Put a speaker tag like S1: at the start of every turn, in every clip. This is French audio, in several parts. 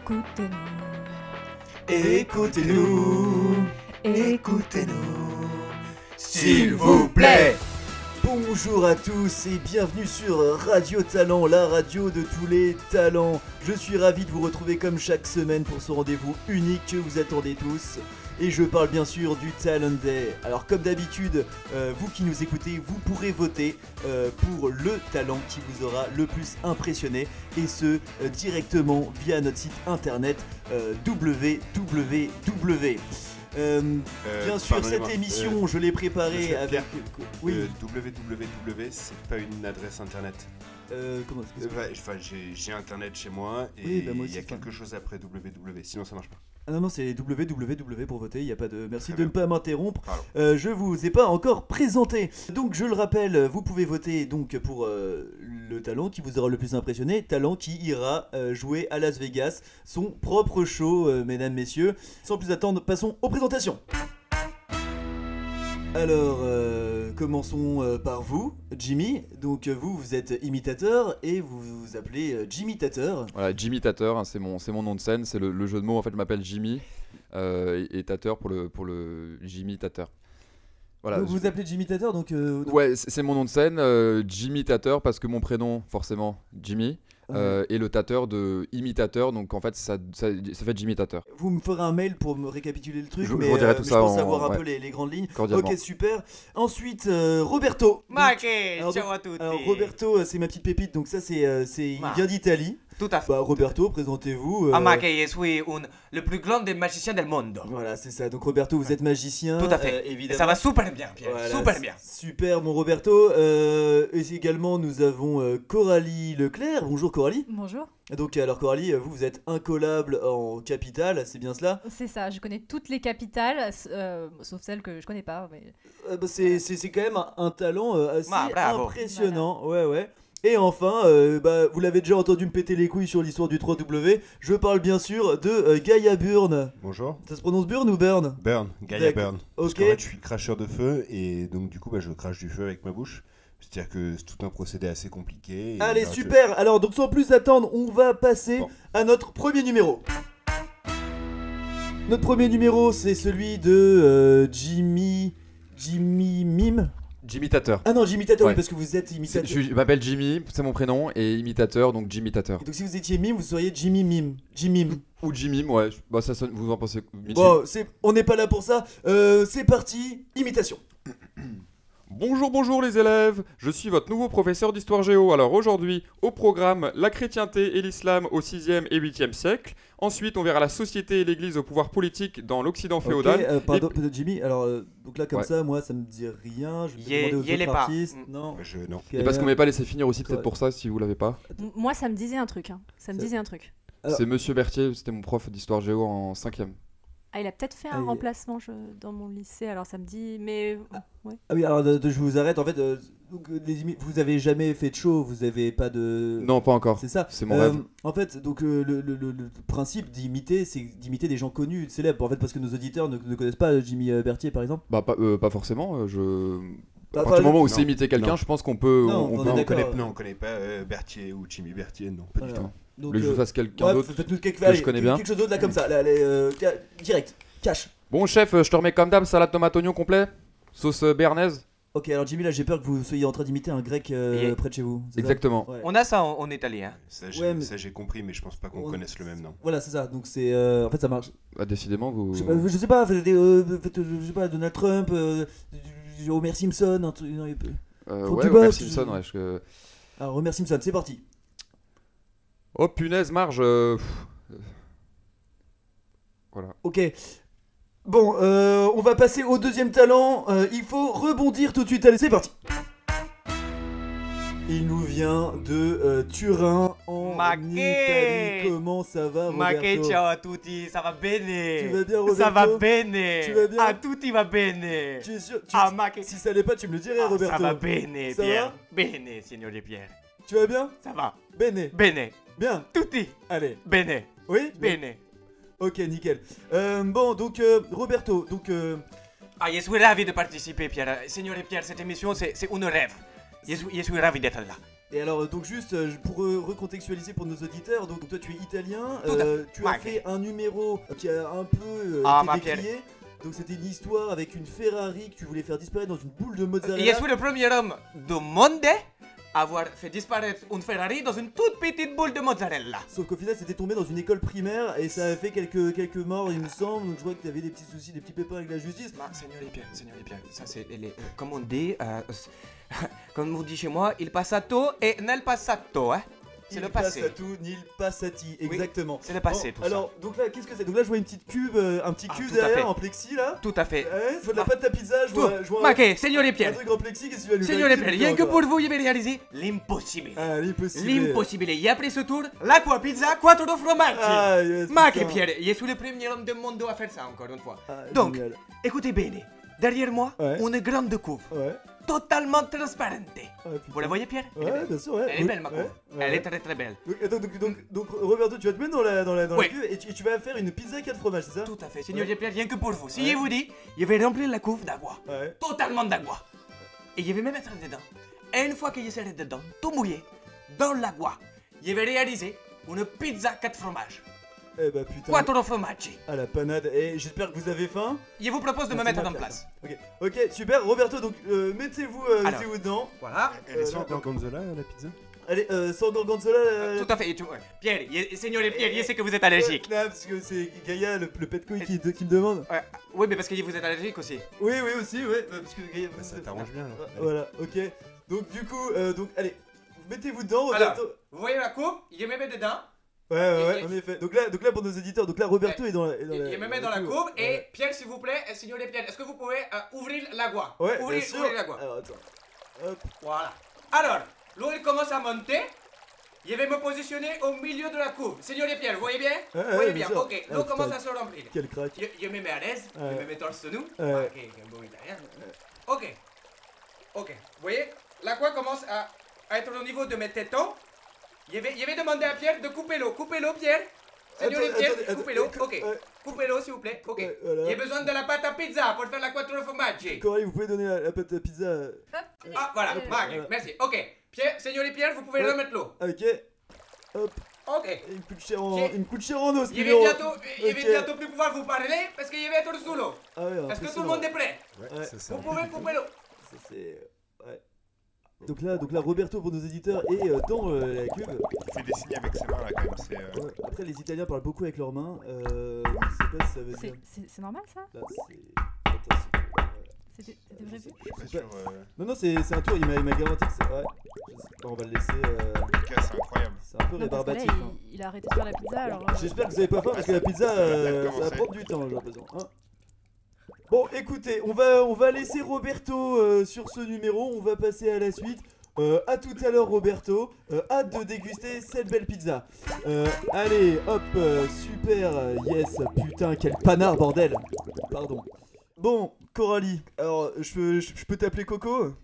S1: Écoutez-nous,
S2: Écoutez-nous, écoutez-nous, s'il vous plaît. Bonjour à tous et bienvenue sur Radio Talent, la radio de tous les talents. Je suis ravi de vous retrouver comme chaque semaine pour ce rendez-vous unique que vous attendez tous. Et je parle bien sûr du Talent Day. Alors comme d'habitude, euh, vous qui nous écoutez, vous pourrez voter euh, pour le talent qui vous aura le plus impressionné. Et ce, euh, directement via notre site internet euh, www. Euh,
S3: Euh,
S2: bien sûr, cette
S3: pardonnez-moi. Euh,
S2: émission, je l'ai préparée
S3: monsieur
S2: avec...
S3: Pierre.
S2: Oui.
S3: Euh, www, c'est pas une adresse internet.
S2: Euh, comment est-ce que
S3: Euh,
S2: c'est
S3: bah, Enfin, j'ai j'ai internet chez moi et
S2: Oui,
S3: il
S2: bah, moi aussi,
S3: y a
S2: c'est
S3: quelque chose après www, sinon ça marche pas.
S2: Ah non, non, c'est www pour voter, il n'y a pas de... Merci
S3: Euh, Très
S2: de
S3: bien.
S2: ne pas m'interrompre.
S3: Pardon.
S2: Euh, je vous ai pas encore présenté. Donc, je le rappelle, vous pouvez voter donc pour euh, le talent qui vous aura le plus impressionné, talent qui ira euh, jouer à Las Vegas, son propre show, euh, mesdames, messieurs. Sans plus attendre, passons aux présentations. Alors, euh, commençons euh, par vous, Jimmy. Donc, euh, vous, vous êtes imitateur et vous vous appelez euh, Jimmytateur.
S4: Voilà, Jimmy Tater, hein, c'est mon, c'est mon nom de scène, c'est le, le jeu de mots. En fait, je m'appelle Jimmy euh, et, et Tater pour le, pour le Jimmy Tater. Voilà.
S2: donc, vous
S4: je-
S2: vous appelez Jimmytateur, donc... euh, donc-
S4: Ouais, c'est c'est mon nom de scène, euh, Jimmy Tater, parce que mon prénom, forcément, Jimmy, euh, et le Tater de imitateur, donc en fait, ça, ça, ça fait Jimmy Tater.
S2: Vous me ferez un mail pour me récapituler le truc,
S4: Je- je
S2: mais,
S4: vous redirai
S2: euh,
S4: tout
S2: mais
S4: ça
S2: je pense
S4: en-
S2: savoir un
S4: ouais.
S2: peu les, les grandes lignes.
S4: Cordialement.
S2: Ok, super. Ensuite, euh, Roberto.
S5: Mike,
S2: Alors,
S5: ciao à toutes.
S2: Alors Roberto, euh, c'est ma petite pépite, donc ça c'est, euh, c'est il
S5: Ah.
S2: vient d'Italie.
S5: Tout à fait.
S2: Bah Roberto, présentez-vous. euh,
S5: Ah, Mike, je suis un, le plus grand des magiciens du monde.
S2: Voilà, c'est ça. Donc Roberto, vous êtes magicien.
S5: Tout à fait.
S2: euh,
S5: Et
S2: évidemment.
S5: ça va super bien, Pierre.
S2: Voilà,
S5: super
S2: c'est-
S5: bien.
S2: Super, mon Roberto. Euh, et c'est également, nous avons euh, Coralie Leclerc. Bonjour Coralie.
S1: bonjour.
S2: Donc alors Coralie, euh, vous vous êtes incollable en capitale, c'est bien cela
S1: C'est ça, je connais toutes les capitales, s- euh, sauf celles que je connais pas. Mais...
S2: Euh, bah, c'est, c'est- c'est quand même un, un talent euh, assez
S5: Ah, bravo.
S2: impressionnant. Ouais, ouais. Et enfin, euh, bah, vous l'avez déjà entendu me péter les couilles sur l'histoire du 3W. Je parle bien sûr de euh, Gaia Burn.
S3: Bonjour.
S2: Ça se prononce Burn ou Burn
S3: Burn, Gaia
S2: D'accord.
S3: Burn. Parce
S2: Ok.
S3: qu'en fait, je suis cracheur de feu et donc du coup, bah, je crache du feu avec ma bouche. C'est-à-dire que c'est tout un procédé assez compliqué. et-
S2: Allez,
S3: Alors, je-
S2: super. Alors, donc sans plus attendre, on va passer
S3: Bon.
S2: à notre premier numéro. Notre premier numéro, c'est celui de euh, Jimmy. Jimmy Mime
S4: Jimmy Tater.
S2: Ah non, Jimmy Tato, oui,
S4: Ouais.
S2: parce que vous êtes
S4: C'est-
S2: imitateur.
S4: Je, je m'appelle Jimmy, c'est mon prénom, et imitateur, donc Jimmy Tater.
S2: Et Donc, si vous étiez mime, vous seriez Jimmy Mime. Jimmy.
S4: Ou Jimmy, ouais, je- bah, ça sonne, vous en pensez Mitchell
S2: Bon, c'est- on n'est pas là pour ça. Euh, c'est parti, imitation.
S4: Bonjour, bonjour les élèves, je suis votre nouveau professeur d'histoire géo. Alors aujourd'hui, au programme, la chrétienté et l'islam au 6e et 8e siècle. Ensuite, on verra la société et l'église au pouvoir politique dans l'Occident féodal.
S2: Ok, euh, pardon, peut-être Jimmy. Alors, euh, donc là, comme
S4: Ouais.
S2: ça, moi, ça me dit rien. Je vais
S5: Yé-
S2: demander aux
S5: yé les
S2: autres
S5: pas.
S2: artistes.
S5: Mm.
S2: Non. Euh,
S3: Je- non.
S4: Et parce qu'on m'avait pas laissé finir aussi,
S2: Correct.
S4: peut-être pour ça, si vous l'avez pas.
S6: M- Moi, ça me disait un truc. hein. Ça me
S2: Ça-
S6: disait un truc.
S2: Alors-
S4: C'est Monsieur Berthier, c'était mon prof d'histoire géo en 5e.
S6: Ah, il a peut-être fait
S2: Ah,
S6: un
S2: il-
S6: remplacement je- dans mon lycée, alors ça me dit. Mais ouais.
S2: Ah oui, alors euh, je vous arrête. En fait, euh, donc, euh, les imi- vous avez jamais fait de show. Vous avez pas de.
S4: Non, pas encore.
S2: Euh, C'est ça.
S4: C'est mon
S2: Euh,
S4: rêve.
S2: En fait, donc euh, le, le- le- le principe d'imiter, c'est d'imiter des gens connus, célèbres. En fait, parce que nos auditeurs ne, ne connaissent pas Jimmy euh, Berthier, par exemple.
S4: Bah, pas, euh, pas forcément. euh, Je...
S2: Bah,
S4: à partir du moment
S3: non.
S4: où c'est imiter quelqu'un,
S3: Non.
S4: je pense qu'on peut.
S2: Non,
S4: on- on
S2: on
S4: peut-
S2: est
S3: Non, on
S2: d'accord.
S3: connaît, non, on connaît pas euh, Berthier ou Jimmy Berthier, non, pas
S2: Voilà.
S3: du tout.
S2: Donc,
S4: le jeu
S2: euh,
S4: fasse quelqu'un
S2: bref,
S4: d'autre.
S2: faites-nous quelque-
S4: je
S2: allez,
S4: connais
S2: quelque-
S4: bien. Mm.
S2: Quelque chose d'autre là comme ça. Là, allez, euh, ca- direct, cash.
S4: Bon, chef, euh, je te remets comme d'hab salade tomate oignon complet, sauce euh, béarnaise.
S2: Ok, alors Jimmy, là j'ai peur que vous soyez en train d'imiter un grec euh,
S5: Et-
S2: près de chez vous. c'est ça
S4: Exactement.
S2: Ouais.
S5: On a ça en, hein. en italien.
S3: Ça, j'ai
S2: Ouais, mais-
S3: ça, j'ai compris, mais je pense pas qu'on
S2: On-
S3: connaisse le même nom.
S2: Voilà, c'est ça. Donc c'est. euh, en fait, ça marche.
S4: Bah, décidément, vous.
S2: Je sais pas, je sais pas, faites, euh, faites, euh, je sais pas Donald Trump, euh, Homer Simpson, un truc. non, il peut-
S4: Euh,
S2: Faut que
S4: ouais,
S2: tu
S4: Homer
S2: bosses,
S4: Simpson,
S2: tu-
S4: ouais, je-
S2: Alors, Homer Simpson, c'est parti.
S4: Oh punaise, marge. euh, pff, euh, Voilà.
S2: Ok. Bon, euh, on va passer au deuxième talent. Euh, il faut rebondir tout de suite. Allez, c'est parti. Il nous vient de euh, Turin en
S5: Maquet.
S2: Italie. Comment ça va, Roberto
S5: Mike, ciao à tutti. Ça va bene.
S2: Tu vas bien,
S5: Ça va
S2: Roberto
S5: bene.
S2: Tu vas bien
S5: A tutti va bene.
S2: Tu es sûr tu-
S5: Ah, Mike.
S2: Si ça allait pas, tu me le dirais,
S5: Ah,
S2: Roberto.
S5: ça va bene,
S2: Ça
S5: Pierre.
S2: va
S5: Bene, signore Pierre.
S2: Tu vas bien
S5: Ça va.
S2: Bene.
S5: Bene.
S2: Bien.
S5: Tutti.
S2: Allez.
S5: Bene.
S2: Oui
S5: Bene.
S2: Ok, nickel. Euh, bon, donc, euh, Roberto, donc... euh,
S5: Ah, je suis ravi de participer, Pierre. Signore Pierre, cette émission, c'est c'est un rêve. Je suis, je suis ravi d'être là.
S2: Et alors, euh, donc juste euh, pour euh, recontextualiser pour nos auditeurs, donc toi tu es italien,
S5: Tout à
S2: euh, tu as
S5: Ouais.
S2: fait un numéro qui a un peu euh,
S5: Ah,
S2: été
S5: ma
S2: décrié. Donc c'était une histoire avec une Ferrari que tu voulais faire disparaître dans une boule de mozzarella.
S5: Je suis le premier homme du monde à avoir fait disparaître une Ferrari dans une toute petite boule de mozzarella.
S2: Sauf qu'au final, c'était tombé dans une école primaire et ça a fait quelques, quelques morts, il me semble. Donc je vois que t'avais des petits soucis, des petits pépins avec la justice.
S5: Ma, Seigneur Pierre, Seigneur Pierre, ça c'est les, euh, comme on dit, euh, comme on dit chez moi, il passato et nel passato, hein. C'est
S2: Il
S5: le passé.
S2: passe à tout, Nil Passati, exactement.
S5: C'est le passé,
S2: Bon,
S5: tout
S2: alors, donc là, qu'est-ce que c'est Donc là, je vois une petite cube, euh, un petit
S5: Ah,
S2: cube
S5: tout à fait.
S2: derrière en plexi là.
S5: ça. Tout à fait.
S2: Ouais, je vois de la
S5: Ah.
S2: pâte à pizza, Euh, je
S5: Tout.
S2: vois, je vois un,
S5: Maquet, Seigneur
S2: un
S5: Pierre,
S2: truc en plexi, qu'est-ce que tu vas lui
S5: Seigneur
S2: faire
S5: Pierre,
S2: Il fait
S5: rien que
S2: encore.
S5: pour vous, je vais réaliser l'impossible.
S2: Ah, l'impossible.
S5: L'impossible. Et après ce tour, l'acqua pizza, quattro fromaggi.
S2: Ah, yes,
S5: Ma che
S2: putain.
S5: Pierre, je suis le premier homme du monde à faire ça encore une fois.
S2: Ah,
S5: Donc.
S2: génial.
S5: Écoutez bene, derrière moi,
S2: Ouais.
S5: une grande coupe,
S2: Ouais.
S5: totalement transparente.
S2: ah, putain.
S5: Vous la voyez Pierre Elle est
S2: Ouais,
S5: belle.
S2: bien sûr, ouais.
S5: Elle est belle ma coupe.
S2: Ouais, ouais.
S5: Elle est très très belle.
S2: Donc, attends, donc, donc, donc, Roberto, tu vas te mettre dans la, dans la, dans la
S5: Ouais.
S2: queue et tu, et tu vas faire une pizza 4 fromages, c'est ça
S5: Tout à fait, Seigneur
S2: Ouais.
S5: Pierre, rien que pour vous. Si
S2: Ouais.
S5: je vous dis, je vais remplir la coupe d'agua.
S2: Ouais.
S5: totalement d'agua. Et je vais me mettre dedans. Et une fois que je serai dedans, tout mouillé, dans l'agua, je vais réaliser une pizza 4 fromages.
S2: Eh bah putain.
S5: 4 fromaggi.
S2: À la panade. Et j'espère que vous avez faim.
S5: Je vous propose de me
S2: Merci,
S5: mettre en
S2: Mathias.
S5: place.
S2: Ok, ok, super. Roberto, donc euh, mettez-vous euh,
S5: Alors.
S2: mettez-vous dedans. Euh,
S5: Voilà.
S3: Elle est eh sur Gorgonzola, la pizza
S2: Allez, euh, sans gorgonzola. euh,
S5: Tout à fait. Et tu- ouais. Pierre, je- Seigneur et Pierre,
S2: Eh,
S5: je sais que vous êtes
S2: euh,
S5: allergique.
S2: non, parce que c'est Gaïa, le, le pet couille qui,
S3: Eh.
S2: qui me demande.
S5: Ouais. Oui, mais parce que vous êtes allergique aussi.
S2: Oui, oui, aussi, ouais. euh, Parce que Gaïa.
S3: Bah, Ça t'arrange bien, là.
S2: Ah,
S3: Allez.
S2: Voilà, ok. Donc, du coup, euh, donc, allez, mettez-vous dedans,
S5: Alors.
S2: Roberto.
S5: Vous voyez la coupe Je me mets dedans.
S2: Ouais, ouais,
S5: Et-
S2: ouais,
S5: et-
S2: en effet. Donc là, donc là, pour nos éditeurs, donc là, Roberto est dans la. est dans la-
S5: Je me mets dans la
S2: coupe.
S5: coupe. Et
S2: Ouais.
S5: Pierre, s'il vous plaît, et Seigneur et Pierre, est-ce que vous pouvez euh, ouvrir l'agua
S2: Ouais, bien
S5: Ouvrir,
S2: sûr.
S5: ouvrir l'agua.
S2: Alors, attends. Hop.
S5: Voilà. Alors, l'eau elle commence à monter. Je vais me positionner au milieu de la coupe. Seigneur et Pierre, vous voyez bien
S2: Ouais, ouais,
S5: Vous voyez
S2: bien
S5: bien,
S2: sûr.
S5: ok.
S2: Ah,
S5: L'eau
S2: putain.
S5: commence à se remplir.
S2: Quel crack.
S5: Je, je me mets à l'aise,
S2: Ouais.
S5: je me mets torse nu.
S2: Ouais.
S5: Ah, Ok, un bon italien. Ok. Ok, vous voyez L'aqua commence à, à être au niveau de mes tétons. Je vais, je vais demander à Pierre de couper l'eau. Coupez l'eau, Pierre. Seigneur et
S2: Attendez,
S5: Pierre,
S2: attendez,
S5: coupez l'eau.
S2: attendez,
S5: Ok.
S2: ouais.
S5: Coupez l'eau, s'il vous plaît. Ok.
S2: Ouais, voilà.
S5: J'ai besoin de la pâte à pizza pour faire la quattro formaggi.
S2: Coralie, vous pouvez donner la, la pâte à pizza. euh,
S5: Ah, voilà,
S1: Euh,
S5: Marc,
S2: Voilà.
S5: merci. Ok, Pierre, Seigneur et Pierre, vous pouvez
S2: Ouais.
S5: remettre l'eau.
S2: Ok. Hop.
S5: Ok.
S2: Et une coupe de chair en,
S5: Ok.
S2: une coupe de chair en os.
S5: Je vais
S2: numéro-
S5: bientôt, je vais
S2: Ok.
S5: bientôt plus pouvoir vous parler parce que je vais être sous l'eau.
S2: Ah ouais,
S5: Est-ce que tout
S2: impressionnant.
S5: le monde est prêt
S2: Ouais.
S3: Ouais, ça, c'est
S5: Vous
S3: un
S5: pouvez
S3: peu-
S5: couper l'eau.
S2: Ça, c'est- ouais. Donc là, donc là, Roberto pour nos éditeurs est euh, dans euh, la cube.
S7: Il fait des signes avec ses mains là quand même. C'est, euh,
S2: Ouais. Après, les Italiens parlent beaucoup avec leurs mains. Euh, je sais pas si ça veut dire.
S1: C'est- C'est c'est normal ça
S2: Là, c'est. Attention.
S1: C'était c'était
S2: Voilà.
S1: prévu
S7: Je suis pas sûr. euh,
S2: Non, non, c'est c'est un tour. Il m'a il m'a garanti que c'est. Ouais. Je- On va le laisser. euh,
S7: Lucas, c'est incroyable.
S2: C'est un peu
S1: Non, parce que là,
S2: rébarbatif. hein.
S1: il, il a arrêté de faire la pizza alors. euh,
S2: J'espère que vous avez pas faim parce que la pizza, euh, ça va prendre du temps, j'ai l'impression. hein. bon, écoutez, on va, on va laisser Roberto euh, sur ce numéro. On va passer à la suite. Euh, à tout à l'heure, Roberto. Euh, hâte de déguster cette belle pizza. Euh, allez, hop, euh, super, euh, yes, putain, quel panard, bordel. Pardon. Bon, Coralie, alors je peux, je- je peux t'appeler Coco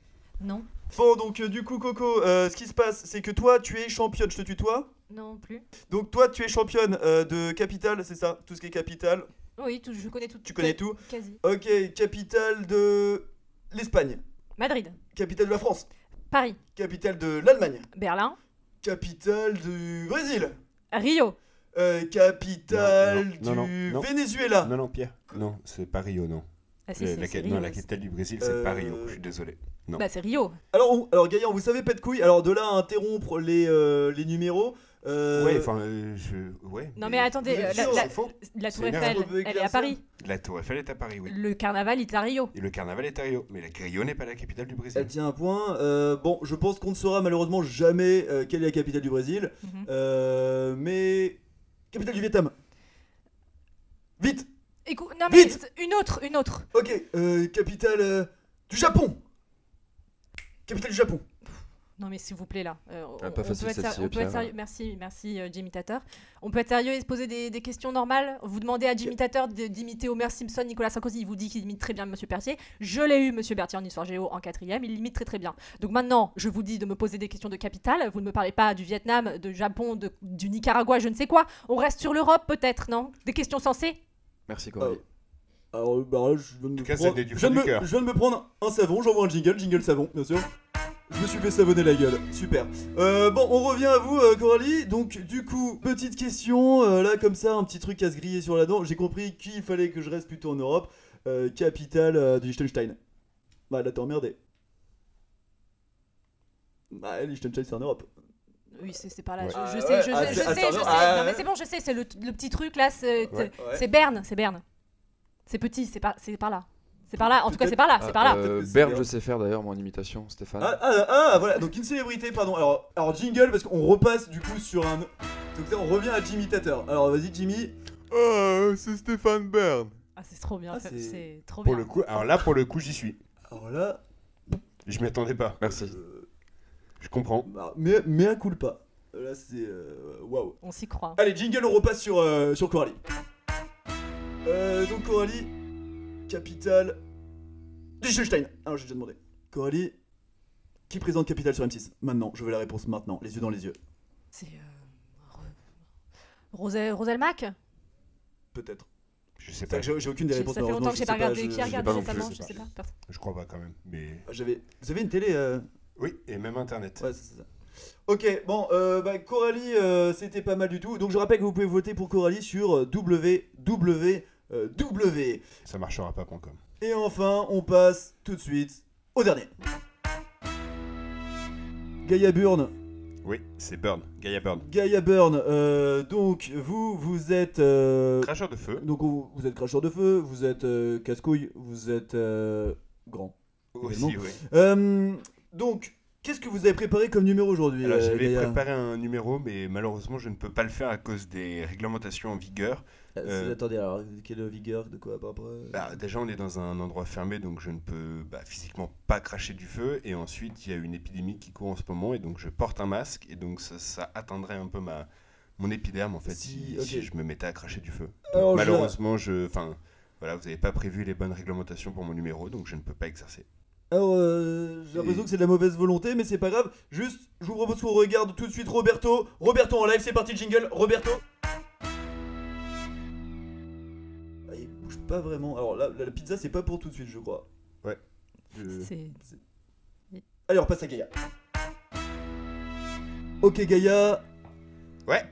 S1: Non,
S2: Bon, donc euh, du coup, Coco, euh, ce qui se passe, c'est que toi, tu es championne, je te tutoie.
S1: non plus.
S2: Donc toi, tu es championne euh, de Capital, c'est ça Tout ce qui est Capital,
S1: Oui, tout- je connais tout.
S2: tu connais tout.
S1: Quasi.
S2: Ok, Capital de l'Espagne,
S1: Madrid,
S2: Capital de la France,
S1: Paris,
S2: Capital de l'Allemagne,
S1: Berlin,
S2: Capital du Brésil,
S1: Rio.
S2: euh, Capitale
S3: Non, non, non,
S2: du
S3: non.
S2: Venezuela.
S3: Non, non, Pierre. Non, c'est pas Rio, non.
S1: Ah, si,
S3: La-
S1: c'est
S3: la,
S1: c'est
S3: non,
S1: Rio,
S3: la
S1: ouais.
S3: capitale du Brésil, c'est
S2: Euh,
S3: pas Rio. Je suis désolé. non.
S1: Bah c'est Rio.
S2: Alors, on- alors Gaillard, vous savez pas de couilles. Alors de là à interrompre les, euh, les numéros. euh,
S3: Ouais, enfin, euh, je. Ouais.
S1: Non mais attendez,
S2: vous
S1: euh,
S2: êtes
S1: la,
S2: sûr,
S1: la-
S2: c'est faux
S1: la
S3: C'est
S1: Tour
S3: énorme.
S1: Eiffel,
S2: On peut
S1: elle est à
S2: éclaircir.
S1: Paris.
S3: La Tour Eiffel est à Paris, oui.
S1: Le carnaval, il est à Rio.
S3: Et le carnaval est à Rio. Mais la Rio n'est pas la capitale du Brésil.
S2: Elle tient un point. Euh, bon, je pense qu'on ne saura malheureusement jamais euh, quelle est la capitale du Brésil.
S1: Mhm.
S2: Euh, mais. Capitale du Vietnam. Vite
S1: Écoute, non mais
S2: Vite
S1: une autre, une autre.
S2: Ok, euh, capitale euh, du Japon Capitale du Japon
S1: Non mais s'il vous plaît là. euh, on,
S8: Ah, pas
S1: on
S8: facile,
S1: peut être,
S8: celle-ci,
S1: ser- on
S8: le
S1: peut être
S8: pire.
S1: sérieux. Merci, merci euh, Jimmy Tater. On peut être sérieux et se poser des, des questions normales. Vous demandez à Jimmy Tater de- d'imiter Homer Simpson, Nicolas Sarkozy. Il vous dit qu'il imite très bien Monsieur Berthier. Je l'ai eu Monsieur Berthier en histoire géo en quatrième. Il l'imite très très bien. Donc maintenant, je vous dis de me poser des questions de capitale. Vous ne me parlez pas du Vietnam, du Japon, de- du Nicaragua, je ne sais quoi. On reste sur l'Europe peut-être, non Des questions sensées.
S8: Merci Coralie.
S2: Alors, bah, là, je viens de me
S3: tout cas,
S2: prendre-
S3: celle des
S2: je viens de
S3: du
S2: me-
S3: cœur.
S2: je viens de me prendre un savon, j'envoie un jingle, jingle savon, bien sûr. Je me suis fait savonner la gueule. Super. Euh, bon, on revient à vous, euh, Coralie. Donc, du coup, petite question. euh, là, comme ça, un petit truc à se griller sur la dent. J'ai compris qu'il fallait que je reste plutôt en Europe. Euh, capitale euh, du Liechtenstein. Bah, là, t'es emmerdé. Bah, Liechtenstein, c'est en Europe.
S1: Oui, c'est c'est par là.
S3: Ouais.
S1: Je-
S2: Ah,
S1: Je,
S2: ouais,
S1: sais, je
S2: ah,
S1: sais, je
S2: c'est-
S1: sais, je
S2: attends,
S1: sais.
S2: non, ah,
S1: Non, mais
S2: ouais.
S1: c'est bon, je sais. C'est le, le petit truc là. C'est
S3: Ouais.
S2: Ouais.
S1: c'est Berne, c'est Berne. C'est petit, c'est par, c'est par là. C'est par là. En tout cas, c'est par là. Ah, C'est par là.
S2: Peut-être
S4: Euh,
S2: que c'est
S4: Berne,
S2: Berne.
S4: je sais faire d'ailleurs mon imitation, Stéphane.
S2: Ah, ah, ah, voilà, donc une célébrité, pardon. Alors, alors jingle, parce qu'on repasse du coup sur un. Donc là, on revient à Jimmy Tater. Alors, vas-y, Jimmy.
S4: Oh, c'est Stéphane Bern.
S1: Ah, c'est trop bien.
S2: Ah,
S1: fait,
S2: c'est-
S1: c'est trop
S3: Pour
S1: bien.
S3: le coup, alors là, pour le coup, j'y suis.
S2: Alors là.
S3: Je m'y attendais pas.
S4: Merci.
S2: euh,
S3: Je comprends.
S2: bah, mais, mais à coup le pas. Là, c'est. euh, Waouh.
S1: On s'y croit.
S2: Allez, jingle, on repasse sur, euh, sur Coralie. Euh, donc, Coralie, capitale. du Liechtenstein. Alors, j'ai déjà demandé. Coralie, qui présente Capitale sur M6 Maintenant, je veux la réponse maintenant, les yeux dans les yeux.
S1: C'est. euh, Rosel Roselmack
S2: Peut-être.
S3: Je sais
S2: C'est
S3: pas.
S2: vrai
S3: Je,
S2: que J'ai j'ai aucune des
S1: Ça
S2: réponses
S1: fait
S2: malheureusement,
S1: longtemps que
S2: je
S1: j'ai pas
S2: sais
S1: regardé.
S2: je-
S1: Qui a
S2: je- Ah,
S1: regardé
S4: pas non plus,
S1: récemment
S4: je
S1: Je
S4: sais
S1: sais pas. Personne.
S3: je crois pas quand même. Mais
S2: J'avais... Vous avez une télé euh,
S3: oui, et même Internet.
S2: Ouais, c'est ça. Ok, bon, euh, bah, Coralie, euh, c'était pas mal du tout. Donc je rappelle que vous pouvez voter pour Coralie sur euh, www. euh, W.
S3: Ça marchera pas point com.
S2: Et enfin, on passe tout de suite au dernier. Gaia Burn.
S3: Oui, c'est Burn. Gaia Burn.
S2: Gaia Burn, euh, donc vous, vous êtes... euh,
S3: Cracheur de feu.
S2: donc vous, vous êtes cracheur de feu, vous êtes euh, casse-couille, vous êtes euh, grand. également.
S3: Aussi, oui.
S2: Euh, donc, qu'est-ce que vous avez préparé comme numéro aujourd'hui
S3: Alors,
S2: euh,
S3: j'avais
S2: Gaïa
S3: préparé un numéro, mais malheureusement, je ne peux pas le faire à cause des réglementations en vigueur.
S2: Ah, c'est-
S3: Euh,
S2: Attendez, alors, quelle vigueur, de quoi, euh. par rapport à-
S3: Bah, déjà, on est dans un endroit fermé, donc je ne peux bah, physiquement pas cracher du feu. Et ensuite, il y a une épidémie qui court en ce moment, et donc je porte un masque, et donc ça, ça atteindrait un peu ma mon épiderme en fait
S2: Si,
S3: si,
S2: ok.
S3: si je me mettais à cracher du feu.
S2: Alors, je-
S3: Malheureusement, je, enfin, voilà, vous n'avez pas prévu les bonnes réglementations pour mon numéro, donc je ne peux pas exercer.
S2: Alors, euh, j'ai l'impression
S3: Et-
S2: que c'est de la mauvaise volonté, mais c'est pas grave. Juste, je vous propose qu'on regarde tout de suite Roberto. Roberto en live, c'est parti, jingle. Roberto. Ah, il bouge pas vraiment. Alors là, la, la pizza, c'est pas pour tout de suite, je crois.
S3: Je-
S1: C'est-
S2: Allez, on repasse à Gaïa. Ok, Gaïa.
S3: Ouais.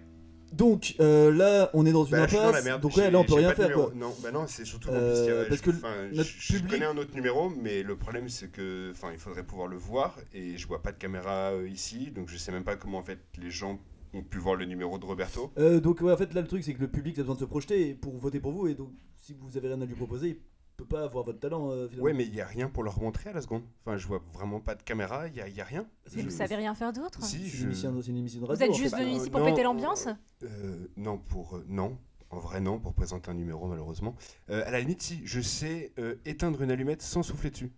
S2: Donc euh, là, on est dans une
S3: Bah, là, je suis dans la
S2: impasse.
S3: merde.
S2: donc ouais,
S3: J'ai-
S2: là, on peut
S3: j'ai
S2: rien
S3: pas de
S2: faire,
S3: numéro.
S2: quoi.
S3: Non, bah non, c'est surtout
S2: Euh,
S3: compliqué, ouais,
S2: parce
S3: je-
S2: que le-
S3: enfin,
S2: notre
S3: je, je
S2: public-
S3: connais un autre numéro, mais le problème c'est que, enfin, il faudrait pouvoir le voir et je vois pas de caméra euh, ici, donc je sais même pas comment en fait les gens ont pu voir le numéro de Roberto.
S2: Euh, donc ouais, en fait là le truc c'est que le public a besoin de se projeter et pour voter pour vous et donc si vous avez rien à lui proposer il peut pas avoir votre talent euh, finalement.
S3: Ouais, mais il y a rien pour leur montrer à la seconde. Enfin, je vois vraiment pas de caméra, il y, a- il y a rien.
S1: Mais
S3: Je-
S1: vous savez rien faire d'autre
S3: Si,
S2: Ah, C'est
S3: je-
S2: une émission, c'est une émission de
S1: Vous
S2: radio.
S1: êtes
S2: en fait.
S1: juste
S3: bah,
S1: venu
S3: euh,
S1: ici pour
S3: non,
S1: péter
S3: on-
S1: l'ambiance
S3: Euh, non, pour euh, non. En vrai, non, pour présenter un numéro, malheureusement. Euh, à la limite, si, je sais euh, éteindre une allumette sans souffler dessus.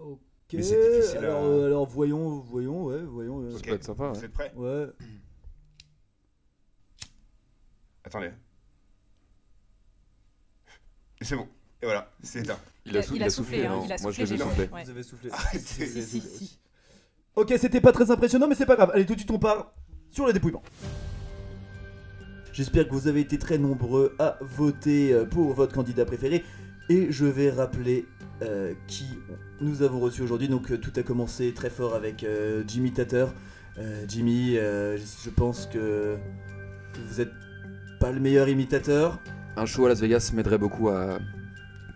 S2: Ok.
S3: Mais c'est difficile à-
S2: alors, euh, alors, voyons, voyons, ouais, voyons. euh,
S4: Ça
S3: Ok.
S4: peut être sympa, ouais.
S7: Vous êtes prêts
S2: Ouais.
S3: Attendez. C'est bon. Et voilà, c'est éteint.
S4: Il a, sou- il a soufflé,
S1: hein,
S4: non
S1: il a
S4: Moi, je
S1: soufflé,
S4: l'ai
S1: j'ai
S4: soufflé.
S1: Ouais.
S2: Vous avez soufflé.
S3: Arrêtez.
S2: Vous avez
S1: Si, si,
S2: soufflé.
S1: si.
S2: Ok, c'était pas très impressionnant, mais c'est pas grave. Allez, tout de suite, on part sur le dépouillement. J'espère que vous avez été très nombreux à voter euh, pour votre candidat préféré. Et je vais rappeler euh, qui nous avons reçu aujourd'hui. Donc, euh, tout a commencé très fort avec euh, Jimmy Tatter. Euh, Jimmy, euh, je pense que que vous êtes pas le meilleur imitateur.
S4: Un show à Las Vegas m'aiderait beaucoup à,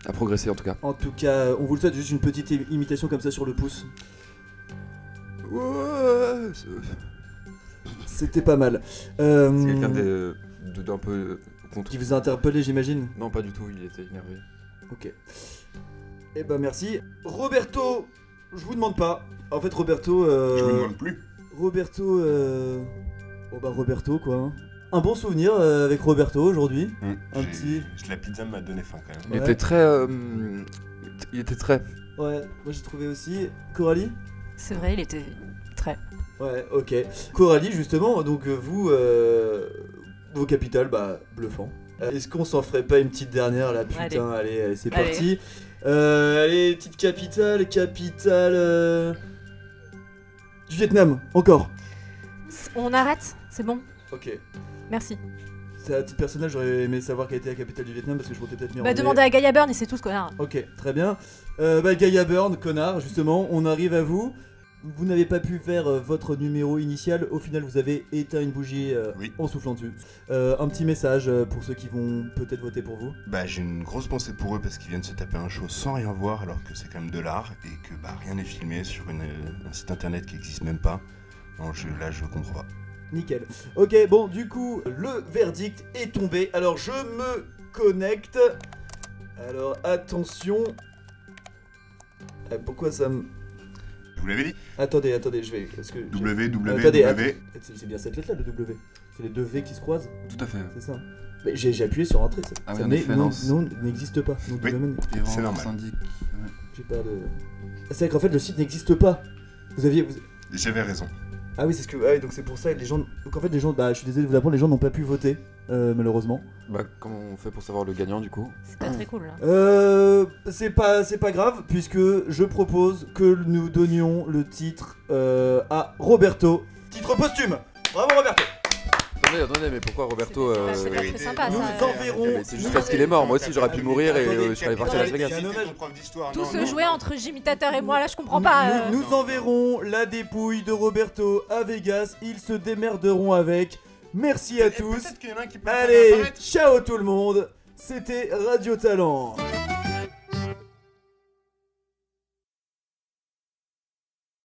S4: à progresser en tout cas.
S2: En tout cas, on vous le souhaite juste une petite im- imitation comme ça sur le pouce.
S4: Ouais, c'est
S2: C'était pas mal. Euh,
S4: c'est quelqu'un de- de- d'un peu euh, contre.
S2: Qui vous a interpellé, j'imagine
S4: Non, pas du tout, il était énervé.
S2: Ok. Eh ben merci. Roberto, je vous demande pas. En fait, Roberto. euh,
S3: Je me demande plus.
S2: Roberto. euh, Oh bah, Roberto, quoi. hein. Un bon souvenir euh, avec Roberto aujourd'hui. un
S3: J'ai-
S2: petit-
S3: La pizza m'a donné faim quand même.
S4: Il
S2: Ouais.
S4: était très. euh, il était très.
S2: Ouais, moi j'ai trouvé aussi. Coralie
S1: C'est vrai, il était très.
S2: Ouais, ok. Coralie, justement, donc euh, vous. euh, Vos capitales, bah, bluffant. Euh, Est-ce qu'on s'en ferait pas une petite dernière là Putain, allez, allez, c'est
S1: Allez.
S2: parti. Euh, allez, petite capitale, capitale. euh, Du Vietnam, encore.
S1: On arrête C'est bon
S2: Ok.
S1: Merci.
S2: C'est à titre personnel, j'aurais aimé savoir quelle était la capitale du Vietnam parce que je comptais peut-être m'y
S1: Bah,
S2: rendre.
S1: demandez à Gaia Byrne, il sait tout ce qu'on a.
S2: Ok, très bien. Euh, bah, Gaia Byrne, connard, justement, on arrive à vous. vous n'avez pas pu faire euh, votre numéro initial, au final vous avez éteint une bougie euh,
S3: Oui.
S2: en soufflant dessus. Euh, un petit message euh, pour ceux qui vont peut-être voter pour vous.
S3: Bah, j'ai une grosse pensée pour eux parce qu'ils viennent se taper un show sans rien voir, alors que c'est quand même de l'art et que bah, rien n'est filmé sur une, euh, un site internet qui existe même pas. Non, je, là, je comprends pas.
S2: Nickel. Ok, bon, du coup, le verdict est tombé. Alors, je me connecte. Alors, attention. Euh, Pourquoi ça me...
S3: Je vous l'avais dit
S2: Attendez, attendez, je vais... Parce que j'ai-
S3: W,
S2: Euh,
S3: W,
S2: attendez,
S3: W.
S2: C'est c'est bien cette lettre-là, le W. C'est les deux V qui se croisent,
S4: Tout à fait.
S2: c'est ça Mais j'ai j'ai appuyé sur Entrée, ça,
S4: Ah
S2: ça
S4: oui, en
S2: n'est-
S4: effet,
S2: non,
S4: non, c'est-
S2: non, n'existe pas. Donc,
S3: Oui.
S2: le domaine-
S3: C'est normal.
S2: j'ai pas de... Ah, C'est vrai qu'en fait, le site n'existe pas. Vous aviez... vous-
S3: J'avais raison.
S2: Ah oui, c'est ce que... Ah oui, donc c'est pour ça, les gens... Donc en fait, les gens... Bah, je suis désolé de vous l'apprendre, les gens n'ont pas pu voter, euh, malheureusement.
S4: Bah, comment on fait pour savoir le gagnant du coup
S1: C'est pas très cool. là.
S2: Euh, c'est pas, c'est pas grave, puisque je propose que nous donnions le titre euh, à Roberto. Titre posthume Bravo Roberto
S8: Attendez, attendez, mais pourquoi Roberto
S1: C'est pas- c'est
S8: euh,
S1: pas très sympa,
S2: Nous
S1: ça. Euh,
S2: en verrons
S8: mais C'est juste parce qu'il est mort. Moi aussi, j'aurais pu mourir et euh, je serais allé partir à Las Vegas.
S2: C'est un hommage. Oh,
S1: Tout se jouait entre Jimitateur et moi, là je comprends
S2: Nous,
S1: pas. euh.
S2: nous- nous enverrons la dépouille de Roberto à Vegas, ils se démerderont avec. Merci à tous.
S7: Peut-être qu'il y en a un qui peut
S2: Allez, ciao tout le monde. C'était Radio Talent.